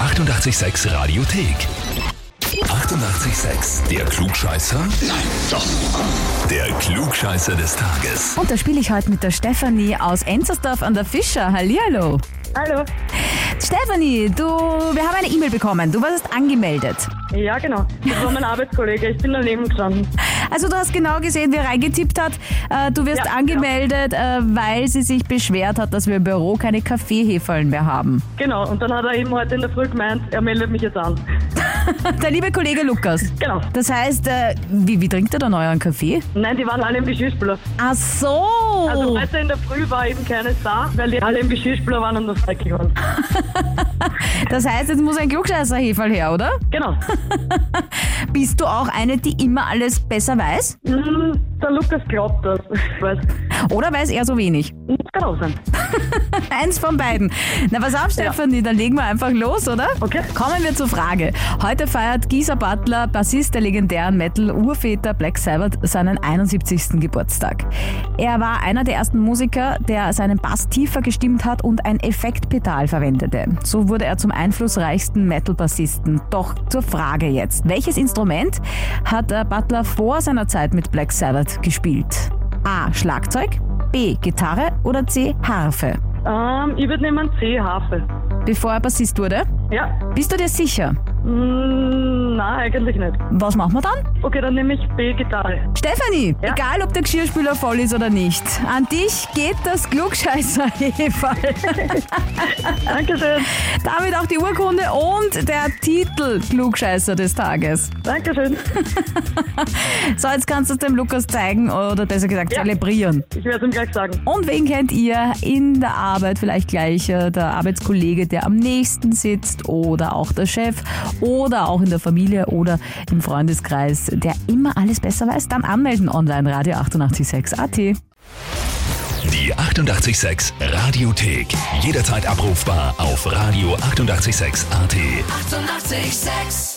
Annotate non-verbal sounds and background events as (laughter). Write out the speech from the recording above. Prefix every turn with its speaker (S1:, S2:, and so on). S1: 886 Radiothek. 88,6. Der Klugscheißer? Nein, doch. Der Klugscheißer des Tages.
S2: Und da spiele ich heute mit der Stefanie aus Enzersdorf an der Fischer. Hallihallo.
S3: Hallo.
S2: Stefanie, du, wir haben eine E-Mail bekommen. Du warst angemeldet.
S3: Ja, genau. Das war mein Arbeitskollege. Ich bin daneben gestanden.
S2: Also du hast genau gesehen, wer reingetippt hat. Äh, Du wirst
S3: Ja,
S2: angemeldet, äh, weil sie sich beschwert hat, dass wir im Büro keine Kaffeehefallen mehr haben. (laughs)
S3: Genau. Und dann hat er eben heute in der Früh gemeint, er meldet mich jetzt an.
S2: Der liebe Kollege Lukas.
S3: Genau.
S2: Das heißt, äh, wie, wie trinkt er dann euren Kaffee?
S3: Nein, die waren alle im Geschirrspüler.
S2: Ach so. Oh.
S3: Also heute in der Früh war eben keines da, weil die alle im Geschirrspüler waren und das Dreck waren.
S2: das heißt, jetzt muss ein Klugscheißer-Heferl her, oder?
S3: Genau.
S2: Bist du auch eine, die immer alles besser weiß?
S3: Hm, Der Lukas glaubt das. Ich weiß.
S2: Oder weiß er so wenig?
S3: Muss genau sein.
S2: Eins von beiden. Na, pass auf, Stefanie, dann legen wir einfach los, oder?
S3: Okay.
S2: Kommen wir zur Frage. Heute feiert Gisa Butler, Bassist der legendären Metal-Urväter Black Sabbath, seinen 71. Geburtstag. Er war einer der ersten Musiker, der seinen Bass tiefer gestimmt hat und ein Effektpedal verwendete. So wurde er zum einflussreichsten Metal-Bassisten. Doch zur Frage jetzt. Welches Instrument hat äh, Butler vor seiner Zeit mit Black Sabbath gespielt? A. Schlagzeug, B. Gitarre oder C. Harfe?
S3: Ähm, ich würde nehmen C, Hafe.
S2: bevor er Bassist wurde?
S3: Ja.
S2: Bist du dir sicher?
S3: Hm, Nein, eigentlich nicht.
S2: Was machen wir dann?
S3: Okay, dann nehme ich B, Gitarre.
S2: Stefanie,
S3: Ja.
S2: egal ob der Geschirrspüler voll ist oder nicht, an dich geht das klugscheißer (laughs) -Hefer.
S3: Dankeschön.
S2: Damit auch die Urkunde und der Titel Klugscheißer des Tages.
S3: Dankeschön.
S2: So, jetzt kannst du es dem Lukas zeigen oder besser gesagt
S3: Ja.
S2: zelebrieren.
S3: Ich werde es ihm gleich sagen.
S2: Und wen kennt ihr in der Arbeit? Vielleicht gleich äh, der Arbeitskollege, der am nächsten sitzt oder auch der Chef oder auch in der Familie oder im Freundeskreis, der immer alles besser weiß? Dann anmelden online Radio 886 AT.
S1: Die 88,6 Radiothek. Jederzeit abrufbar auf radio886.at. 88,6.
S4: Eighty-eight, sex.